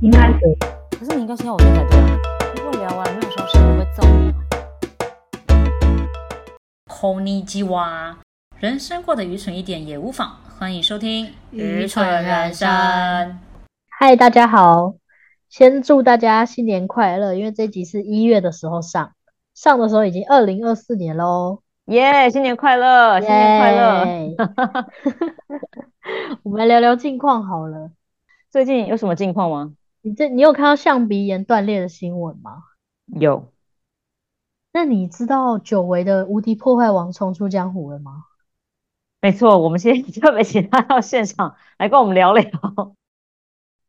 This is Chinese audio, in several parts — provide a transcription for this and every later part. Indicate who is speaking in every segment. Speaker 1: 应该是
Speaker 2: 可是你应该先我先才对啊！如果聊完没有收声，我会揍你啊！吼你鸡哇！人生过得愚蠢一点也无妨，欢迎收听《愚蠢人生》。
Speaker 1: 嗨，大家好，先祝大家新年快乐，因为这集是一月的时候上，上的时候已经二零二四年喽，
Speaker 3: 耶新年快乐，新年快乐！
Speaker 1: 耶 我们来聊聊近况好了，
Speaker 3: 最近有什么近况吗？
Speaker 1: 你这你有看到象鼻炎断裂的新闻吗？
Speaker 3: 有，
Speaker 1: 那你知道久违的无敌破坏王重出江湖了吗？
Speaker 3: 没错，我们现在特别请他到现场来跟我们聊聊。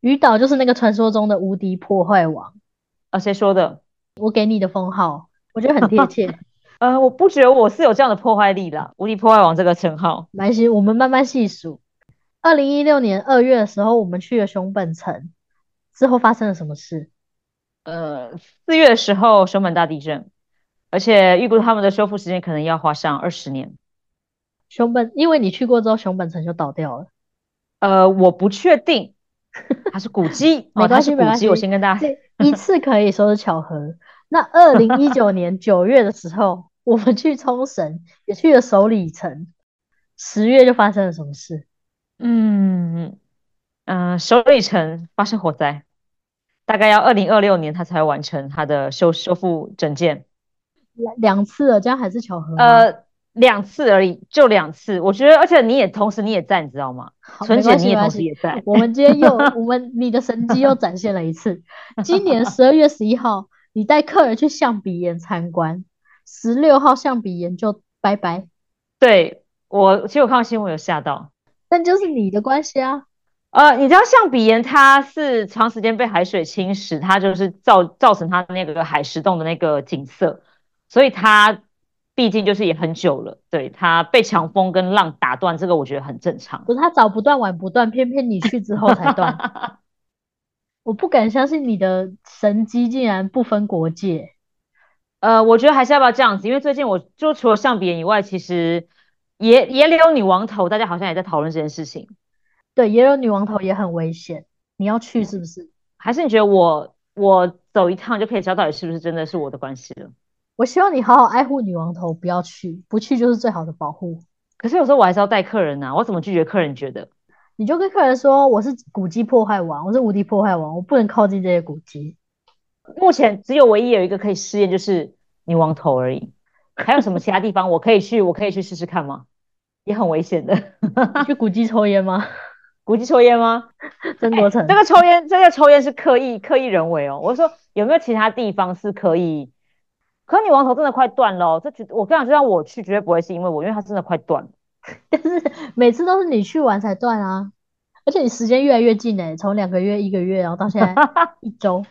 Speaker 1: 鱼岛就是那个传说中的无敌破坏王，
Speaker 3: 呃，谁说的？
Speaker 1: 我给你的封号，我觉得很贴 切。
Speaker 3: 呃，我不觉得我是有这样的破坏力啦，无敌破坏王这个称号。
Speaker 1: 蛮行，我们慢慢细数。二零一六年二月的时候，我们去了熊本城，之后发生了什么事？
Speaker 3: 呃，四月的时候熊本大地震，而且预估他们的修复时间可能要花上二十年。
Speaker 1: 熊本，因为你去过之后，熊本城就倒掉了。
Speaker 3: 呃，我不确定，它是古迹
Speaker 1: 没
Speaker 3: 哦，它
Speaker 1: 关
Speaker 3: 是
Speaker 1: 系没
Speaker 3: 古
Speaker 1: 关
Speaker 3: 迹，我
Speaker 1: 系
Speaker 3: 先跟大家。
Speaker 1: 这 一次可以说是巧合。那二零一 九年九月的时候，我们去冲绳，也去了首里城。十月就发生了什么事？
Speaker 3: 嗯嗯、呃首里城发生火灾，大概要二零二六年它才完成它的修修复整建，
Speaker 1: 两两次了，这样还是巧合吗？
Speaker 3: 呃，两次而已，就两次。我觉得，而且你也同时你也在，你知道吗？
Speaker 1: 好，
Speaker 3: 春
Speaker 1: 没
Speaker 3: 姐
Speaker 1: 关系，
Speaker 3: 你
Speaker 1: 没
Speaker 3: 也
Speaker 1: 关
Speaker 3: 同时
Speaker 1: 系。
Speaker 3: 也在，
Speaker 1: 我们今天又，我们你的神机又展现了一次。今年十二月十一号，你带客人去象鼻岩参观，十六号象鼻岩就拜拜，
Speaker 3: 对我，其实我看到新闻有吓到。
Speaker 1: 但就是你的关系啊。
Speaker 3: 呃，你知道象鼻岩它是长时间被海水侵蚀，它就是造造成它那个海蚀洞的那个景色，所以它毕竟就是也很久了，对，它被强风跟浪打断，这个我觉得很正常。
Speaker 1: 不是他早不断晚不断，偏偏你去之后才断。我不敢相信你的神机竟然不分国界。
Speaker 3: 呃，我觉得还是要不要这样子，因为最近我就除了象鼻岩以外，其实野野柳女王头大家好像也在讨论这件事情，
Speaker 1: 对，也有女王头也很危险，你要去是不是？
Speaker 3: 还是你觉得我我走一趟就可以知道到底是不是真的是我的关系了？
Speaker 1: 我希望你好好爱护女王头，不要去，不去就是最好的保护。
Speaker 3: 可是有时候我还是要带客人呐、啊我怎么拒绝客人？觉得？
Speaker 1: 你就跟客人说我是古迹破坏王，我是无敌破坏王，我不能靠近这些古迹。
Speaker 3: 目前只有唯一有一个可以试验，就是女王头而已。还有什么其他地方我可以去？我可以去试试看吗？也很危险的。
Speaker 1: 你去古迹抽烟吗？
Speaker 3: 古迹抽烟吗？
Speaker 1: 曾国城，
Speaker 3: 这个抽烟，这个抽烟是刻意刻意人为哦。我说有没有其他地方是可以？可女王头真的快断了哦、这绝我跟你讲，就算我去，绝对不会是因为我，因为它真的快断了。
Speaker 1: 但是每次都是你去玩才断啊，而且你时间越来越近哎、从两个月、一个月，然后到现 在一周，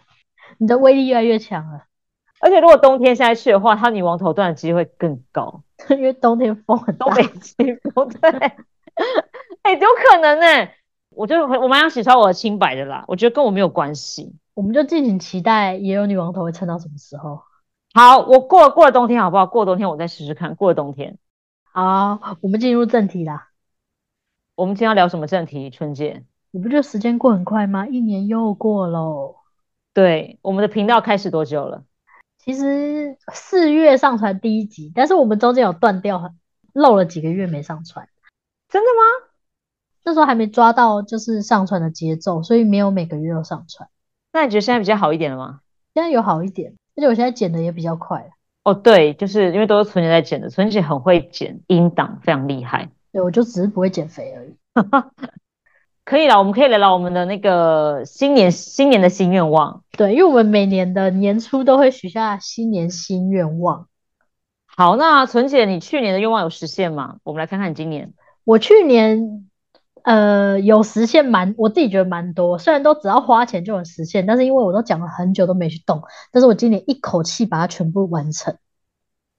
Speaker 1: 你的威力越来越强了，
Speaker 3: 而且如果冬天现在去的话，它女王头断的机会更高。
Speaker 1: 因为冬天风很大
Speaker 3: 东。 北季风，对， 哎、有可能呢、我就我蛮想洗刷我的清白的啦，我觉得跟我没有关系。
Speaker 1: 我们就敬请期待也有女王头会撑到什么时候。
Speaker 3: 好，我过过了冬天好不好？过了冬天我再试试看。过了冬天，
Speaker 1: 好，我们进入正题啦。
Speaker 3: 我们今天要聊什么正题？春姐，
Speaker 1: 你不觉得时间过很快吗？一年又过喽。
Speaker 3: 对，我们的频道开始多久了？
Speaker 1: 其实四月上传第一集，但是我们中间有断掉，漏了几个月没上传。
Speaker 3: 真的吗？
Speaker 1: 那时候还没抓到就是上传的节奏，所以没有每个月都上传。
Speaker 3: 那你觉得现在比较好一点了吗？
Speaker 1: 现在有好一点，而且我现在剪的也比较快了。
Speaker 3: 哦，对，就是因为都是春姐在剪的，春姐很会剪音档，非常厉害。
Speaker 1: 对，我就只是不会减肥而已。
Speaker 3: 可以了，我们可以聊聊我们的那个新年新年的新愿望。
Speaker 1: 对，因为我们每年的年初都会许下新年新愿望。
Speaker 3: 好，那纯姐，你去年的愿望有实现吗？我们来看看你今年。
Speaker 1: 我去年呃有实现蛮，我自己觉得蛮多，虽然都只要花钱就能实现，但是因为我都讲了很久都没去动，但是我今年一口气把它全部完成，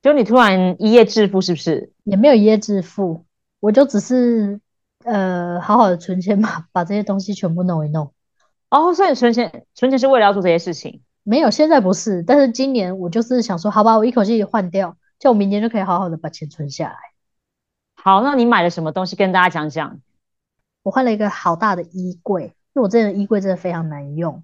Speaker 3: 就你突然一夜致富，是不是？
Speaker 1: 也没有一夜致富，我就只是呃好好的存钱把把这些东西全部弄一弄。
Speaker 3: 哦，所以你存钱，存钱是为了要做这些事情。
Speaker 1: 没有，现在不是，但是今年我就是想说，好吧，我一口气换掉，就我明年就可以好好的把钱存下来。
Speaker 3: 好，那你买了什么东西？跟大家讲讲。
Speaker 1: 我换了一个好大的衣柜，因为我之前的衣柜真的非常难用，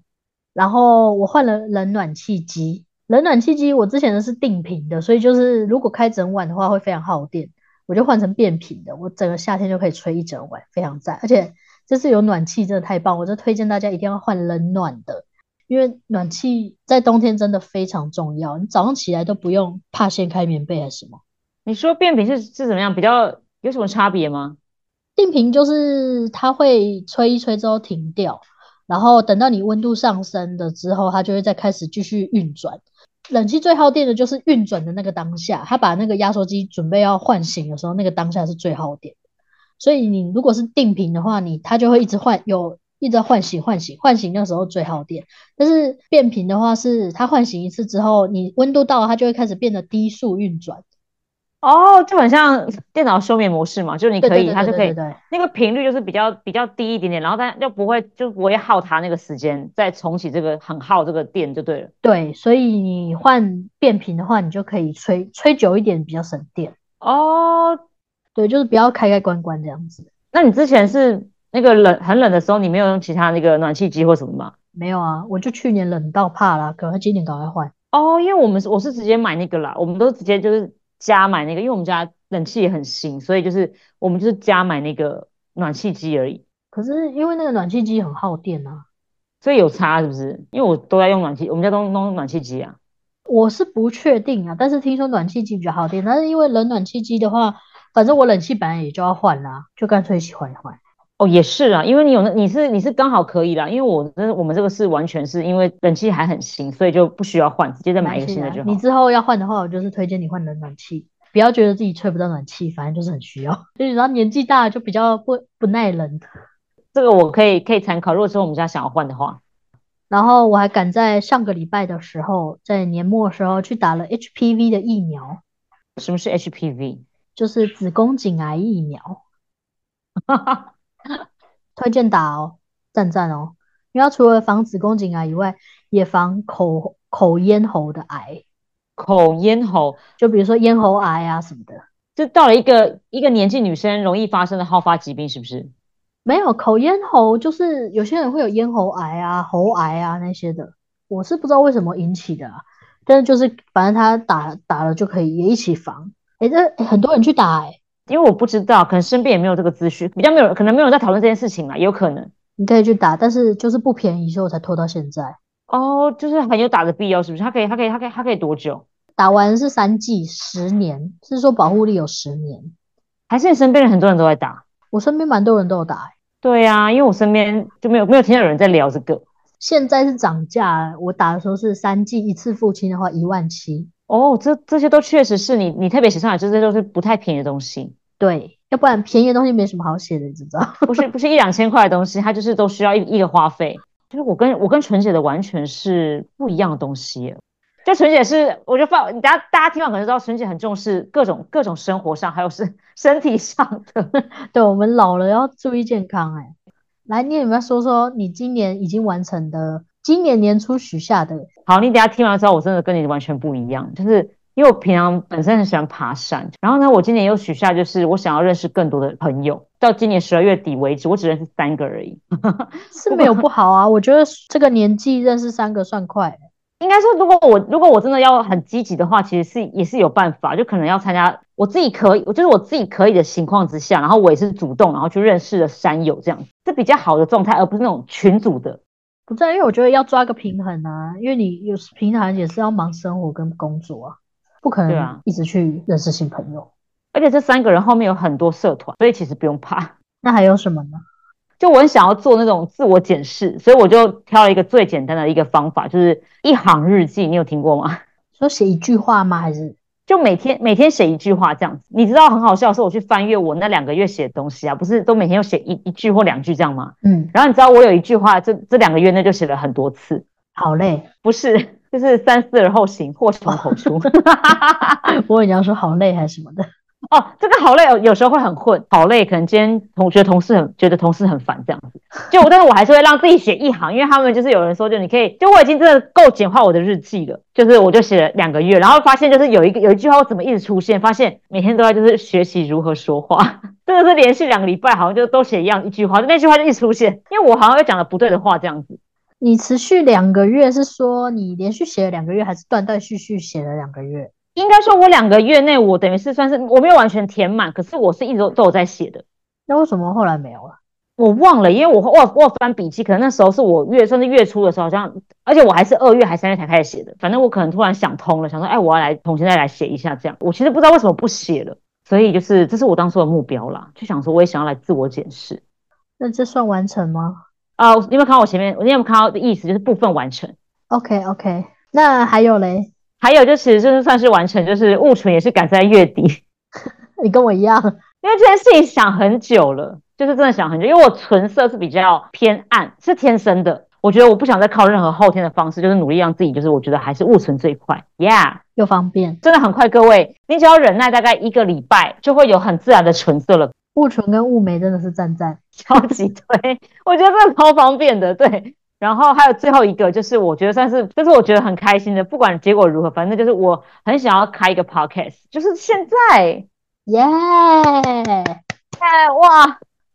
Speaker 1: 然后我换了冷暖气机，冷暖气机我之前的是定频的，所以就是如果开整晚的话会非常耗电，我就换成变频的，我整个夏天就可以吹一整晚，非常赞。而且这次有暖气真的太棒，我就推荐大家一定要换冷暖的，因为暖气在冬天真的非常重要，你早上起来都不用怕掀开棉被还是什么。
Speaker 3: 你说变频是是怎么样？比较有什么差别吗？
Speaker 1: 定频就是它会吹一吹之后停掉，然后等到你温度上升了之后，它就会再开始继续运转。冷气最耗电的就是运转的那个当下，它把那个压缩机准备要唤醒的时候，那个当下是最耗电的。所以你如果是定频的话，你它就会一直唤，有一直唤醒、唤醒、唤醒，那时候最耗电。但是变频的话是，它唤醒一次之后，你温度到了，它就会开始变得低速运转。
Speaker 3: 哦，就很像电脑休眠模式嘛，就是你
Speaker 1: 对
Speaker 3: 可
Speaker 1: 对
Speaker 3: 以，
Speaker 1: 对
Speaker 3: 它就
Speaker 1: 对
Speaker 3: 可以
Speaker 1: 对对对，
Speaker 3: 那个频率就是比较比较低一点点，然后但又不会就不会耗它那个时间，再重启这个很耗这个电就对了。
Speaker 1: 对，所以你换变频的话，你就可以吹吹久一点，比较省电。
Speaker 3: 哦，
Speaker 1: 对，就是不要开开关关这样子。
Speaker 3: 那你之前是那个冷很冷的时候，你没有用其他那个暖气机或什么吗？
Speaker 1: 没有啊，我就去年冷到怕啦，赶快今年赶快换。
Speaker 3: 哦，因为我们是我是直接买那个啦，我们都直接就是加买那个，因为我们家冷气也很新，所以就是我们就是加买那个暖气机而已，
Speaker 1: 可是因为那个暖气机很耗电啊，
Speaker 3: 所以有差是不是？因为我都在用暖气，我们家都弄暖气机啊。
Speaker 1: 我是不确定啊，但是听说暖气机比较耗电，但是因为冷暖气机的话，反正我冷气本来也就要换啦，就干脆一起换一换。
Speaker 3: 哦，也是啊，因为你有那你是你是刚好可以啦，因为我这我们这个是完全是因为冷气还很新，所以就不需要换，直接再买一个
Speaker 1: 没关系
Speaker 3: 新的
Speaker 1: 啦
Speaker 3: 就好
Speaker 1: 你。之后要换的话，我就是推荐你换冷暖气，不要觉得自己吹不到暖气，反正就是很需要。 就是然后年纪大了就比较不不耐冷，
Speaker 3: 这个我可以可以参考，如果之后我们家想要换的话，
Speaker 1: 然后我还赶在上个礼拜的时候，在年末的时候去打了 HPV 的疫苗，
Speaker 3: 什么是 HPV？
Speaker 1: 就是子宫颈癌疫苗， 推荐打哦，赞赞哦，因为它除了防子宫颈癌以外，也防口口咽喉的癌，
Speaker 3: 口咽喉，
Speaker 1: 就比如说咽喉癌啊什么的。
Speaker 3: 就到了一个一个年纪女生容易发生的好发疾病，是不是？
Speaker 1: 没有口咽喉，就是有些人会有咽喉癌啊、喉癌啊那些的，我是不知道为什么引起的啊，但是就是反正他打打了就可以也一起防。诶，这诶很多人去打诶。欸
Speaker 3: 因为我不知道，可能身边也没有这个资讯，比较没有人，可能没有人在讨论这件事情啦，有可能。
Speaker 1: 你可以去打，但是就是不便宜，所以我才拖到现在。
Speaker 3: 哦，就是很有打的必要，是不是？它可以，它可以，它可以，它可以多久？
Speaker 1: 打完是三剂，十年，是说保护力有十年。
Speaker 3: 还是你身边人很多人都在打？
Speaker 1: 我身边蛮多人都有打、欸，
Speaker 3: 对啊，因为我身边就没有没有听到有人在聊这个。
Speaker 1: 现在是涨价，我打的时候是三剂，一次付清的话一万七，
Speaker 3: 哦，这这些都确实是你你特别写上来，这些都是不太便宜的东西，
Speaker 1: 对，要不然便宜的东西没什么好写的，你知不知道？
Speaker 3: 不是不是一两千块的东西，它就是都需要一一个花费。就是我跟我跟纯姐的完全是不一样的东西耶。就纯姐是，我就放，大家大家听完可能知道，纯姐很重视各种各种生活上还有是身体上的。
Speaker 1: 对，我们老了要注意健康、欸，哎，来，你有没有说说你今年已经完成的，今年年初许下的？
Speaker 3: 好，你等一下听完之后，我真的跟你完全不一样，就是因为我平常本身很喜欢爬山，然后呢，我今年又许下就是我想要认识更多的朋友，到今年十二月底为止，我只认识三个而已。
Speaker 1: 是没有不好啊， 我觉得这个年纪认识三个算快、欸，
Speaker 3: 应该说，如果我如果我真的要很积极的话，其实是也是有办法，就可能要参加我自己可以，我就是我自己可以的情况之下，然后我也是主动，然后去认识了山友这样，是比较好的状态，而不是那种群组的。
Speaker 1: 不是啊，因为我觉得要抓个平衡啊，因为你有时平常也是要忙生活跟工作啊，不可
Speaker 3: 对
Speaker 1: 能
Speaker 3: 啊
Speaker 1: 一直去认识新朋友。
Speaker 3: 而且这三个人后面有很多社团，所以其实不用怕。
Speaker 1: 那还有什么呢？
Speaker 3: 就我很想要做那种自我检视，所以我就挑了一个最简单的一个方法，就是一行日记。你有听过吗？
Speaker 1: 说写一句话吗？还是
Speaker 3: 就每天每天写一句话这样子。你知道很好笑的是，我去翻阅我那两个月写的东西啊，不是都每天有写一一句或两句这样吗？
Speaker 1: 嗯，
Speaker 3: 然后你知道我有一句话，这这两个月内就写了很多次，
Speaker 1: 好累。
Speaker 3: 不是，就是三思而后行，祸从口出。
Speaker 1: 我以为你要说好累还是什么的，
Speaker 3: 哦，这个好累哦，有时候会很混，好累，可能今天同觉得同事很觉得同事很烦这样子，就但是我还是会让自己写一行，因为他们就是有人说，就你可以，就我已经真的够简化我的日记了，就是我就写了两个月，然后发现就是有一个有一句话我怎么一直出现，发现每天都在就是学习如何说话， 真的是连续两个礼拜好像就都写一样一句话，那句话就一直出现，因为我好像又讲了不对的话这样子。
Speaker 1: 你持续两个月是说你连续写了两个月，还是断断续续写了两个月？
Speaker 3: 应该说，我两个月内我等于是算是我没有完全填满，可是我是一直都都有在写的。
Speaker 1: 那为什么后来没有了？啊
Speaker 3: 我忘了，因为我我我有翻笔记，可能那时候是我月算是月初的时候，好像而且我还是二月还三月才开始写的。反正我可能突然想通了，想说，哎，我要来重新再来写一下这样。我其实不知道为什么不写了，所以就是这是我当初的目标啦，就想说我也想要来自我检视。
Speaker 1: 那这算完成吗
Speaker 3: 啊、你有没有看到我前面？你有没有看到的意思就是部分完成？
Speaker 1: ？OK OK，那还有嘞，
Speaker 3: 还有就其实就是算是完成，就是物存也是赶在月底，
Speaker 1: 你跟我一样，
Speaker 3: 因为这件事情想很久了，就是真的想很久。因为我唇色是比较偏暗，是天生的。我觉得我不想再靠任何后天的方式，就是努力让自己，就是我觉得还是物存最快，Yeah，
Speaker 1: 又方便。
Speaker 3: 真的很快。各位，你只要忍耐大概一个礼拜，就会有很自然的唇色了，
Speaker 1: 雾唇跟雾眉真的是赞赞。
Speaker 3: 超级对，我觉得真的超方便的，对。然后还有最后一个，就是我觉得算是，这是我觉得很开心的，不管结果如何，反正就是我很想要开一个 podcast，就是现在，
Speaker 1: 耶、
Speaker 3: 哎哇，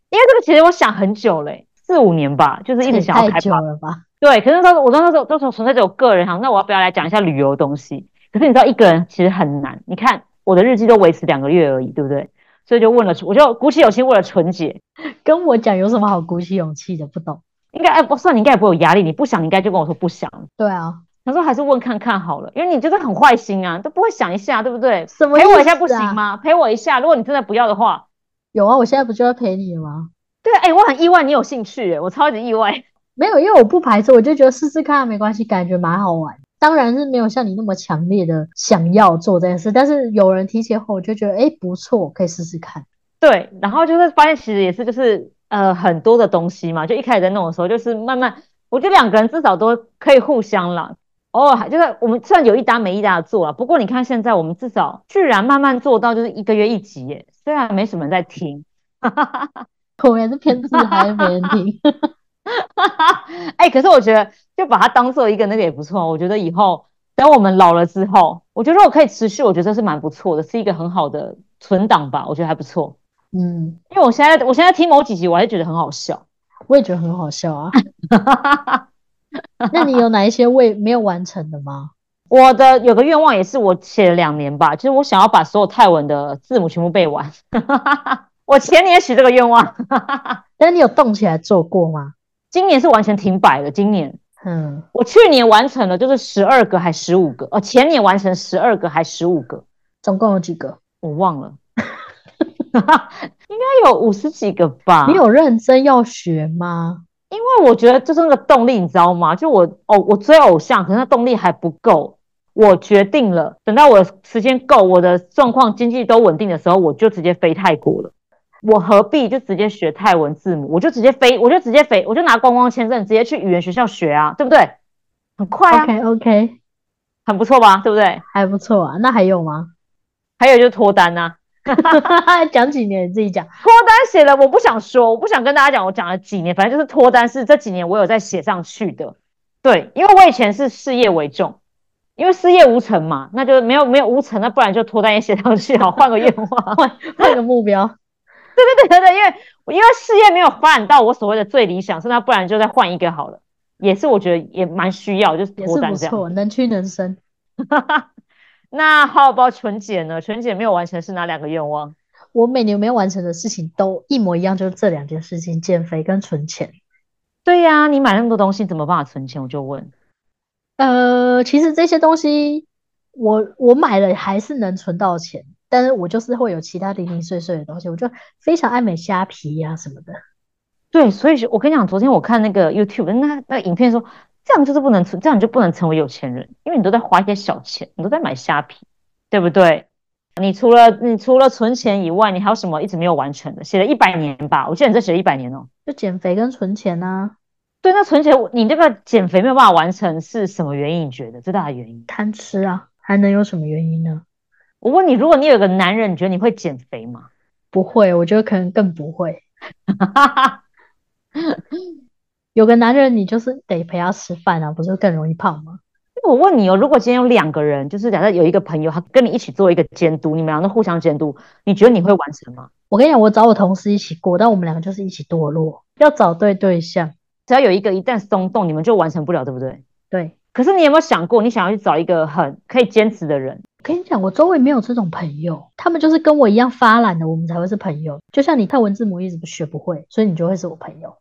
Speaker 3: 因为这个其实我想很久嘞、四五年吧，就是一
Speaker 1: 这
Speaker 3: 直
Speaker 1: 也
Speaker 3: 想要
Speaker 1: 太
Speaker 3: 开
Speaker 1: 久
Speaker 3: podcast
Speaker 1: 了吧？
Speaker 3: 对，可是那时候我那时候都是存在着我个人，想那我要不要来讲一下旅游的东西？可是你知道一个人其实很难，你看我的日记都维持两个月而已，对不对？所以就问了，我就鼓起勇气问了纯姐，
Speaker 1: 跟我讲有什么好鼓起勇气的？不懂。
Speaker 3: 应该哎不算，你应该也不会有压力，你不想你应该就跟我说不想。
Speaker 1: 对啊，
Speaker 3: 他说还是问看看好了，因为你就是很坏心啊，都不会想一下，对不对？
Speaker 1: 什么、啊
Speaker 3: 陪我一下不行？吗？陪我一下，如果你真的不要的话，
Speaker 1: 有啊，我现在不就要陪你吗？
Speaker 3: 对，哎、我很意外你有兴趣耶，我超级意外。
Speaker 1: 没有，因为我不排斥，我就觉得试试看啊没关系，感觉蛮好玩。当然是没有像你那么强烈的想要做这件事，但是有人提起后，我就觉得哎不错，可以试试看。
Speaker 3: 对，然后就是发现其实也是就是呃很多的东西嘛，就一开始在弄的时候，就是慢慢，我觉得两个人至少都可以互相啦。偶尔还就是我们虽然有一搭没一搭的做啊，不过你看现在我们至少居然慢慢做到就是一个月一集耶，虽然没什么人在听，
Speaker 1: 我也是偏自嗨，没人听。
Speaker 3: 哎、可是我觉得就把它当做一个那个也不错。我觉得以后等我们老了之后，我觉得如果可以持续，我觉得这是蛮不错的，是一个很好的存档吧，我觉得还不错。
Speaker 1: 嗯，
Speaker 3: 因为我现在我现在听某几集，我还是觉得很好笑。
Speaker 1: 我也觉得很好笑啊。那你有哪一些未没有完成的吗？
Speaker 3: 我的有个愿望也是我写了两年吧，就是我想要把所有泰文的字母全部背完。 我前年许这个愿望，
Speaker 1: 那你有动起来做过吗？
Speaker 3: 今年是完全停摆了。今年
Speaker 1: 嗯，
Speaker 3: 我去年完成了，就是十二个还十五个，哦，前年完成十二个还十五个，
Speaker 1: 总共有几个？
Speaker 3: 我忘了， 应该有五十几个吧。
Speaker 1: 你有认真要学吗？
Speaker 3: 因为我觉得就是那个动力，你知道吗？就我哦，我追偶像，可是那动力还不够。我决定了，等到我时间够，我的状况经济都稳定的时候，我就直接飞泰国了。我何必就直接学泰文字母？我就直接飞，我就直接飞，我就拿观光签证直接去语言学校学啊，对不对？很快啊
Speaker 1: OK OK，
Speaker 3: 很不错吧？对不对？
Speaker 1: 还不错啊。那还有吗？
Speaker 3: 还有就是脱单啊呐、
Speaker 1: 讲几年你自己讲。
Speaker 3: 脱单写了，我不想说，我不想跟大家讲，我讲了几年，反正就是脱单是这几年我有在写上去的。对，因为我以前是事业为重，因为事业无成嘛，那就没有没有无成，那不然就脱单也写上去好，换个愿 望。
Speaker 1: 换换个目标。
Speaker 3: 对对对，因为因为事业没有发展到我所谓的最理想，所以那不然就再换一个好了，也是我觉得也蛮需要，就是
Speaker 1: 也
Speaker 3: 脱
Speaker 1: 是
Speaker 3: 单
Speaker 1: 不
Speaker 3: 这样。
Speaker 1: 错，能屈能伸。
Speaker 3: 那好，包纯姐呢？纯姐没有完成是哪两个愿望？
Speaker 1: 我每年没有完成的事情都一模一样，就是这两件事情：减肥跟存钱。
Speaker 3: 对呀、你买那么多东西，你怎么办法存钱？我就问。
Speaker 1: 呃，其实这些东西我我买了还是能存到钱，但是我就是会有其他零零碎碎的东西，我就非常爱买虾皮呀、什么的。
Speaker 3: 对，所以是我跟你讲，昨天我看那个 YouTube 那那影片说，这样就是不能存，这样你就不能成为有钱人，因为你都在花一些小钱，你都在买虾皮，对不对？你除了你除了存钱以外，你还有什么一直没有完成的？写了一百年吧，我记得你这写了一百年哦。
Speaker 1: 就减肥跟存钱啊呐、
Speaker 3: 对，那存钱，你这个减肥没有办法完成是什么原因？你觉得最大的原因？
Speaker 1: 贪吃啊，还能有什么原因呢？
Speaker 3: 我问你，如果你有个男人，你觉得你会减肥吗？
Speaker 1: 不会，我觉得可能更不会。
Speaker 3: 哈哈哈，
Speaker 1: 有个男人，你就是得陪他吃饭啊，不是更容易胖吗？
Speaker 3: 我问你哦，如果今天有两个人，就是假设有一个朋友，他跟你一起做一个监督，你们两个互相监督，你觉得你会完成吗？
Speaker 1: 我跟你讲，我找我同事一起过，但我们两个就是一起堕落，要找对对象。
Speaker 3: 只要有一个一旦松动，你们就完成不了，对不对？
Speaker 1: 对，
Speaker 3: 可是你有没有想过，你想要去找一个很可以坚持的人？
Speaker 1: 跟你讲，我周围没有这种朋友，他们就是跟我一样发懒的，我们才会是朋友。就像你看文字母一直不学不会，所以你就会是我朋友。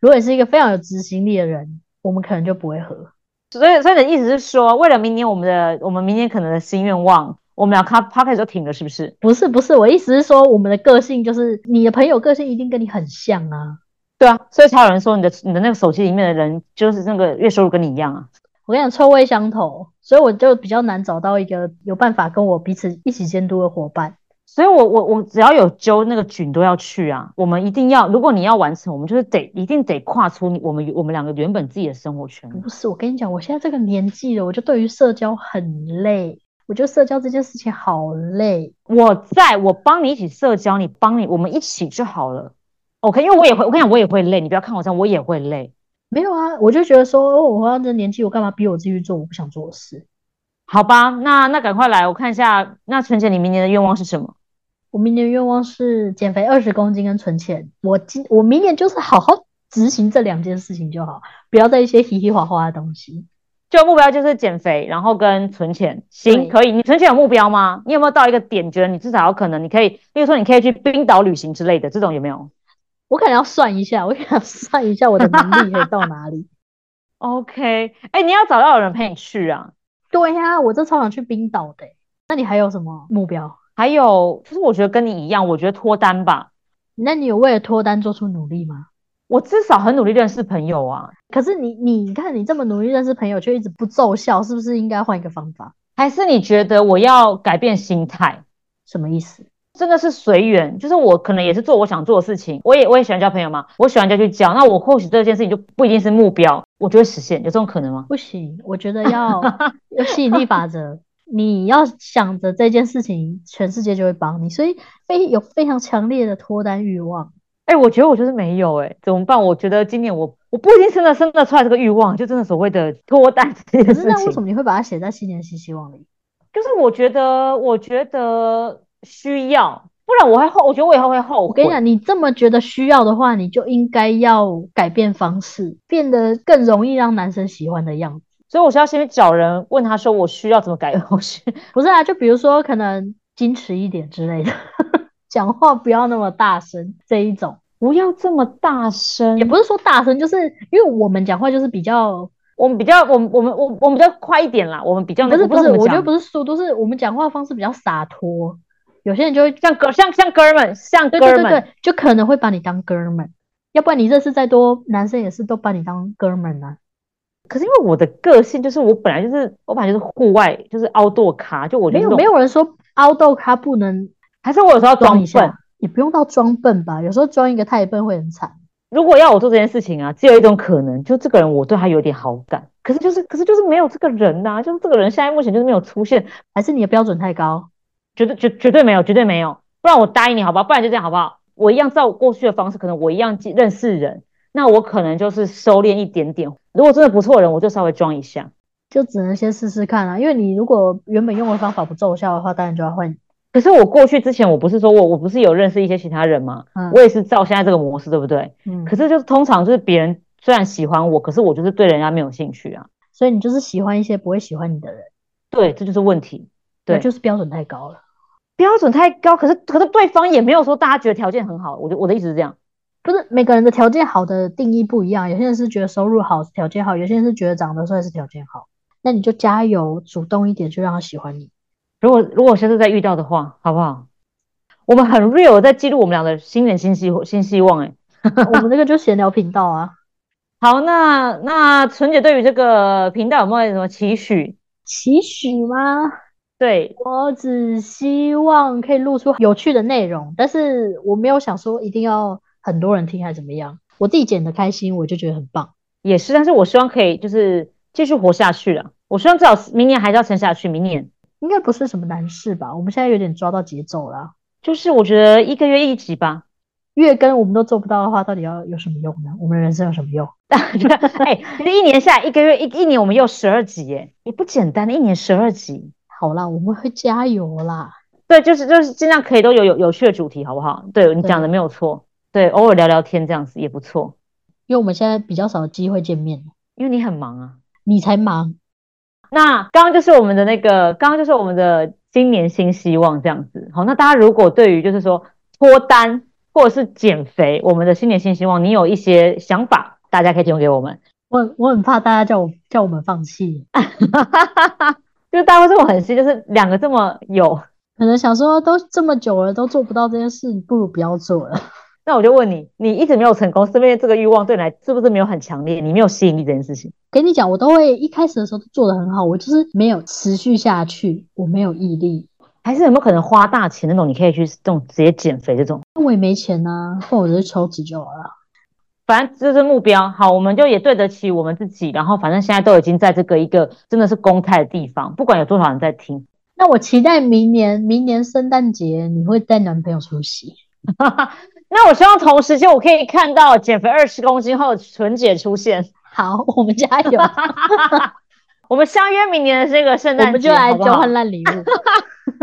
Speaker 1: 如果你是一个非常有执行力的人，我们可能就不会合。
Speaker 3: 所以，所以你的意思是说，为了明年我们的我们明年可能的新愿望，我们俩咖 p o d 就停了，是不是？
Speaker 1: 不是不是，我意思是说，我们的个性就是你的朋友个性一定跟你很像啊。
Speaker 3: 对啊，所以才有人说你的你的那个手机里面的人就是那个月收入跟你一样啊。
Speaker 1: 我跟你讲，臭味相投，所以我就比较难找到一个有办法跟我彼此一起监督的伙伴。
Speaker 3: 所以我我我只要有揪那个菌都要去啊，我们一定要，如果你要完成，我们就是得一定得跨出你我们我们两个原本自己的生活圈。
Speaker 1: 不是，我跟你讲，我现在这个年纪了，我就对于社交很累，我觉得社交这件事情好累。
Speaker 3: 我在我帮你一起社交，你帮你我们一起就好了。OK，因为我也会，我跟你讲，我也会累，你不要看我这样，我也会累。
Speaker 1: 没有啊，我就觉得说，哦，我像这年纪，我干嘛逼我自己去做我不想做的事？
Speaker 3: 好吧，那那赶快来，我看一下。那春姐，你明年的愿望是什么？
Speaker 1: 我明年愿望是减肥二十公斤跟存钱。我今我明年就是好好执行这两件事情就好，不要再一些嘻嘻哈哈的东西。
Speaker 3: 就目标就是减肥，然后跟存钱。行，
Speaker 1: 对
Speaker 3: 可以。你存钱有目标吗？你有没有到一个点，你觉得你至少有可能，你可以，例如说你可以去冰岛旅行之类的，这种有没有
Speaker 1: 我可能要算一下，我可能要算一下我的能力可以到哪里。
Speaker 3: ？OK，哎、你要找到有人陪你去啊。
Speaker 1: 对呀、我这超想去冰岛的欸、那你还有什么目标？
Speaker 3: 还有，其实我觉得跟你一样，我觉得脱单吧，
Speaker 1: 那你有为了脱单做出努力吗？
Speaker 3: 我至少很努力认识朋友啊。
Speaker 1: 可是你你你看你这么努力认识朋友，却一直不奏效，是不是应该换一个方法？
Speaker 3: 还是你觉得我要改变心态？
Speaker 1: 什么意思？
Speaker 3: 真的是随缘，就是我可能也是做我想做的事情，我也我也喜欢交朋友嘛，我喜欢就去交。那我或许这件事情就不一定是目标，我就会实现，有这种可能吗？
Speaker 1: 不行，我觉得要要吸引力法则。你要想着这件事情，全世界就会帮你，所以非有非常强烈的脱单欲望。
Speaker 3: 哎、我觉得我就是没有哎、怎么办？我觉得今年我我不一定真的生得出来这个欲望，就真的所谓的脱单这
Speaker 1: 可
Speaker 3: 件
Speaker 1: 是
Speaker 3: 事
Speaker 1: 那为什
Speaker 3: 情。
Speaker 1: 么你会把它写在新年新希望里？
Speaker 3: 就是我觉得，我觉得需要，不然我会后，我觉得我以后会后悔。
Speaker 1: 我跟你讲，你这么觉得需要的话，你就应该要改变方式，变得更容易让男生喜欢的样子。
Speaker 3: 所以我是要先去找人问他说我需要怎么改， 我需
Speaker 1: 不是啊，就比如说可能矜持一点之类的， 讲话不要那么大声这一种。
Speaker 3: 不要这么大声
Speaker 1: 也。不是说大声，就是因为我们讲话就是比较
Speaker 3: 我们比较，我们我们我我们比较快一点啦，我们比较那
Speaker 1: 不
Speaker 3: 个
Speaker 1: 是不是，我觉得不
Speaker 3: 是
Speaker 1: 是速度，是我们讲话方式比较洒脱，有些人就会
Speaker 3: 像哥像像哥们像
Speaker 1: 对
Speaker 3: 哥
Speaker 1: 对对
Speaker 3: 们，
Speaker 1: 对，就可能会把你当哥们，要不然你认识再多男生也是都把你当哥们啊。
Speaker 3: 可是因为我的个性就是我本来就是我本来就是户外就是凹舵咖，就我就
Speaker 1: 没
Speaker 3: 是
Speaker 1: 有
Speaker 3: 那种
Speaker 1: 没，有人说凹豆咖不能
Speaker 3: 还是我有时候要
Speaker 1: 装
Speaker 3: 装
Speaker 1: 一
Speaker 3: 笨。
Speaker 1: 下，也不用到装笨吧，有时候装一个太笨会很惨。
Speaker 3: 如果要我做这件事情啊，只有一种可能，就这个人我对他有点好感，可是就是可是就是没有这个人呐、就是这个人现在目前就是没有出现，
Speaker 1: 还是你的标准太高，
Speaker 3: 绝对绝绝对没有，绝对没有。不然我答应你好不好？不然就这样好不好？我一样照过去的方式，可能我一样记认识人，那我可能就是收敛一点点。如果真的不错的人，我就稍微装一下。
Speaker 1: 就只能先试试看啊。因为你如果原本用的方法不奏效的话，当然就要换。
Speaker 3: 可是我过去之前，我不是说我我不是有认识一些其他人吗？
Speaker 1: 嗯
Speaker 3: 我也是照现在这个模式，对不对？
Speaker 1: 嗯，
Speaker 3: 可是就是通常就是别人虽然喜欢我，可是我就是对人家没有兴趣啊。
Speaker 1: 所以你就是喜欢一些不会喜欢你的人，
Speaker 3: 对，这就是问题。
Speaker 1: 那
Speaker 3: 对
Speaker 1: 就是标准太高了。
Speaker 3: 标准太高，可是可是对方也没有说大家觉得条件很好，我的我的意思是这样。
Speaker 1: 不是每个人的条件好的定义不一样，有些人是觉得收入好是条件好，有些人是觉得长得帅是条件好。那你就加油，主动一点，就让他喜欢 你。
Speaker 3: 如果如果下次再遇到的话，好不好？我们很 real，在记录我们俩的新年新希新希望、欸。
Speaker 1: 我们这个就闲聊频道啊，
Speaker 3: 好，那那纯姐对于这个频道有没有什么期许？
Speaker 1: 期许吗？
Speaker 3: 对，
Speaker 1: 我只希望可以录出有趣的内容，但是我没有想说一定要很多人听还是怎么样，我自己剪的开心，我就觉得很棒。
Speaker 3: 也是，但是我希望可以就是继续活下去啊！我希望至少明年还是要撑下去。明年
Speaker 1: 应该不是什么难事吧？我们现在有点抓到节奏啦，
Speaker 3: 就是我觉得一个月一集吧。
Speaker 1: 月更我们都做不到的话，到底要有什么用呢？我们的人生有什么用？
Speaker 3: 哎、其实一年下来，一个月一一年我们又十二集耶，也不简单，一年十二集。
Speaker 1: 好啦，我们会加油啦。
Speaker 3: 对，就是就是尽量可以都有有有趣的主题，好不好？对你讲的没有错，对，偶尔聊聊天这样子也不错。
Speaker 1: 因为我们现在比较少机会见面，
Speaker 3: 因为你很忙啊。
Speaker 1: 你才忙。
Speaker 3: 那刚刚就是我们的那个，刚刚就是我们的今年新希望这样子。好，那大家如果对于就是说脱单或者是减肥，我们的新年新希望，你有一些想法，大家可以提供给我们。
Speaker 1: 我我很怕大家叫我叫我们放弃，哎
Speaker 3: 就是大家会说我很细，就是两个这么有。
Speaker 1: 可能想说都这么久了都做不到这件事，不如不要做了。
Speaker 3: 那我就问你，你一直没有成功，是不是这个欲望对你来是不是没有很强烈？你没有吸引力这件事情？
Speaker 1: 给你讲，我都会一开始的时候都做得很好，我就是没有持续下去，我没有毅力，
Speaker 3: 还是有没有可能花大钱那种？你可以去这种直接减肥这种，
Speaker 1: 那我也没钱呐、或者是抽脂就好了。
Speaker 3: 反正这是目标。好，我们就也对得起我们自己。然后反正现在都已经在这个一个真的是公开的地方，不管有多少人在听，
Speaker 1: 那我期待明年，明年圣诞节你会带男朋友出席。
Speaker 3: 那我希望同时间我可以看到减肥二十公斤后的纯姐出现。
Speaker 1: 好，我们 加油，
Speaker 3: 我们相约明年的这个圣
Speaker 1: 我
Speaker 3: 诞节，
Speaker 1: 们就来
Speaker 3: 好不好
Speaker 1: 交换烂礼物。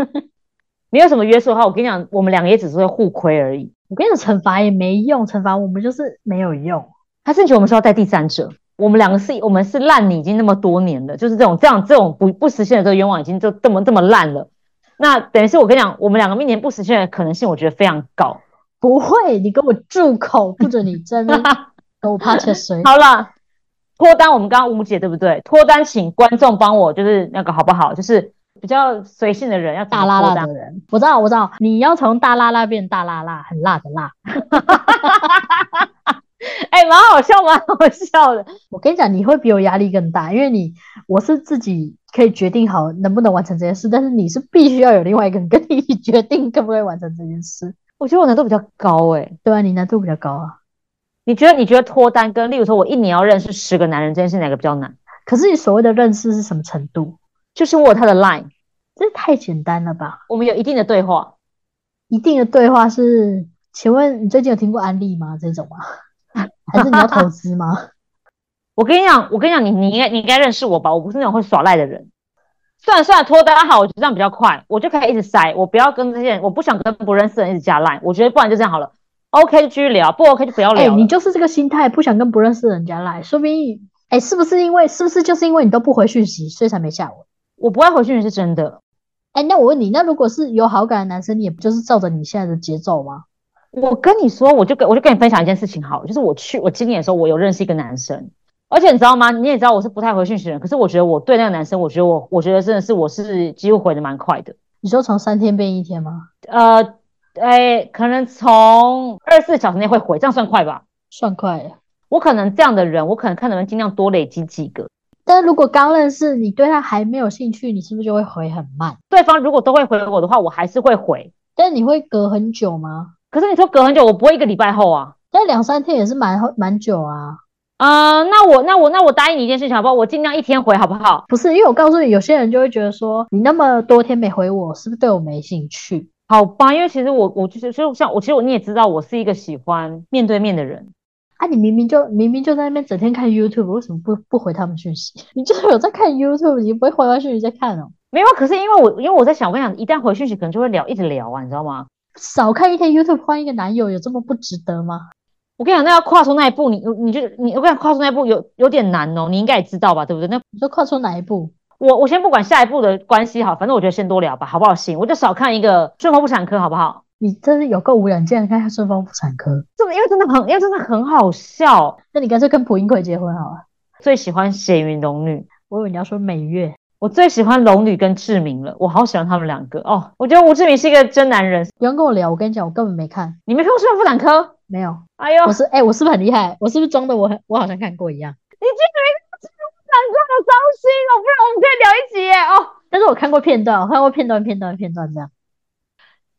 Speaker 3: 没有什么约束的话，我跟你讲，我们两个也只是会互亏而已。
Speaker 1: 我跟你讲，惩罚也没用，惩罚我们就是没有用。
Speaker 3: 还是你觉得我们是要带第三者？我们两个是，我们是烂你已经那么多年了，就是这种这样这种不不实现的这个愿望已经就这么这么烂了。那等于是我跟你讲，我们两个明年不实现的可能性，我觉得非常高。
Speaker 1: 不会，你给我住口，不准你真 我怕切水。
Speaker 3: 好了，脱单我们刚刚无解对不对？脱单请观众帮我，就是那个好不好？就是比较随性的人要怎
Speaker 1: 大
Speaker 3: 么
Speaker 1: 辣
Speaker 3: 脱
Speaker 1: 辣
Speaker 3: 单
Speaker 1: 的？人，我知道，我知道，你要从大辣辣变大辣辣，很辣的辣。
Speaker 3: 哎、蛮好笑，蛮好笑的。
Speaker 1: 我跟你讲，你会比我压力更大，因为你我是自己可以决定好能不能完成这件事，但是你是必须要有另外一个人跟你一起决定可不可以完成这件事。
Speaker 3: 我觉得我难度比较高哎、
Speaker 1: 对啊，你难度比较高啊。
Speaker 3: 你觉得你觉得脱单跟例如说我一年要认识十个男人这件事哪个比较难？
Speaker 1: 可是你所谓的认识是什么程度？
Speaker 3: 就是我有他的 line，
Speaker 1: 这太简单了吧？
Speaker 3: 我们有一定的对话。
Speaker 1: 一定的对话是，请问你最近有听过安利吗？这种吗？ 还是你要投资吗？
Speaker 3: 我跟你讲，我跟你讲，你你应该你应该认识我吧？我不是那种会耍赖的人。算了算了，脱单好，我觉得这样比较快，我就可以一直塞，我不要跟这些人，我不想跟不认识的人一直加赖。我觉得不然就这样好了，OK 就继续聊，不 OK 就不要
Speaker 1: 哎、
Speaker 3: 聊了。
Speaker 1: 你就是这个心态，不想跟不认识的人家赖，说明哎、是不是因为是不是就是因为你都不回讯息，所以才没下文？
Speaker 3: 我不爱回讯息是真的，
Speaker 1: 哎、那我问你，那如果是有好感的男生，你也不就是照着你现在的节奏吗？
Speaker 3: 我跟你说，我就跟我就跟你分享一件事情好了，就是我去我今年的时候，我有认识一个男生，而且你知道吗？你也知道我是不太回讯息的人，可是我觉得我对那个男生，我觉得我我觉得真的是我是几乎回的蛮快的。
Speaker 1: 你说从三天变一天吗？
Speaker 3: 呃，哎，可能从二十四小时内会回，这样算快吧？
Speaker 1: 算快了。
Speaker 3: 我可能这样的人，我可能看能不能尽量多累积几个。
Speaker 1: 但如果刚认识，你对他还没有兴趣，你是不是就会回很慢？
Speaker 3: 对方如果都会回我的话，我还是会回。
Speaker 1: 但你会隔很久吗？
Speaker 3: 可是你说隔很久，我不会一个礼拜后啊。
Speaker 1: 但两三天也是蛮蛮久啊。
Speaker 3: 呃，那我那我那我答应你一件事情好不好？我尽量一天回好不好？
Speaker 1: 不是，因为我告诉你，有些人就会觉得说，你那么多天没回我，是不是对我没兴趣？
Speaker 3: 好吧，因为其实我我就是就像我其实我你也知道，我是一个喜欢面对面的人。
Speaker 1: 啊，你明明就明明就在那边整天看 YouTube，为什么不不回他们讯息？ 你就是有在看 YouTube，你不会回完讯息再看哦？
Speaker 3: 没有啊，可是因为我因为我在想，我跟你讲，一旦回讯息，可能就会聊一直聊啊，你知道吗？
Speaker 1: 少看一天 YouTube 换一个男友，有这么不值得吗？
Speaker 3: 我跟你讲，那要跨出那一步，你你就你我跟你讲，跨出那一步有有点难哦，你应该也知道吧，对不对？那
Speaker 1: 你说跨出哪一步？
Speaker 3: 我我先不管下一步的关系好，反正我觉得先多聊吧，好不好？行，我就少看一个顺风妇产科，好不好？
Speaker 1: 你真是有够无良，竟然看下顺风妇产科？
Speaker 3: 这因为真的很，因为真的很好笑。
Speaker 1: 那你干脆跟蒲英奎结婚好了。
Speaker 3: 最喜欢闲云龙女，
Speaker 1: 我以为你要说美月，
Speaker 3: 我最喜欢龙女跟志明了，我好喜欢他们两个哦。我觉得吴志明是一个真男人，
Speaker 1: 不用跟我聊，我跟你讲，我根本没看，
Speaker 3: 你没看过顺风妇产科？
Speaker 1: 没有。
Speaker 3: 哎呦，
Speaker 1: 我是哎、我是不是很厉害？我是不是装的我很我好像看过一样？
Speaker 3: 你居然没看过顺风妇产科，好伤心哦！不然我们可以聊一集耶哦。
Speaker 1: 但是我看过片段，我看过片段片段片段这样。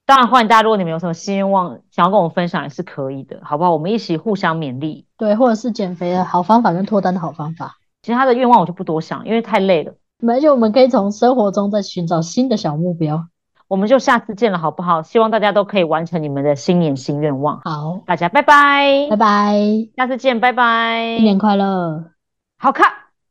Speaker 3: 当然，欢迎大家，如果你们有什么新愿望想要跟我们分享也是可以的，好不好？我们一起互相勉励。
Speaker 1: 对，或者是减肥的好方法跟脱单的好方法。
Speaker 3: 其他的愿望我就不多想，因为太累了。
Speaker 1: 而且我们可以从生活中再寻找新的小目标。
Speaker 3: 我们就下次见了，好不好？希望大家都可以完成你们的新年新愿望。
Speaker 1: 好，
Speaker 3: 大家拜拜，
Speaker 1: 拜拜，
Speaker 3: 下次见，拜拜，
Speaker 1: 新年快乐！
Speaker 3: 好看。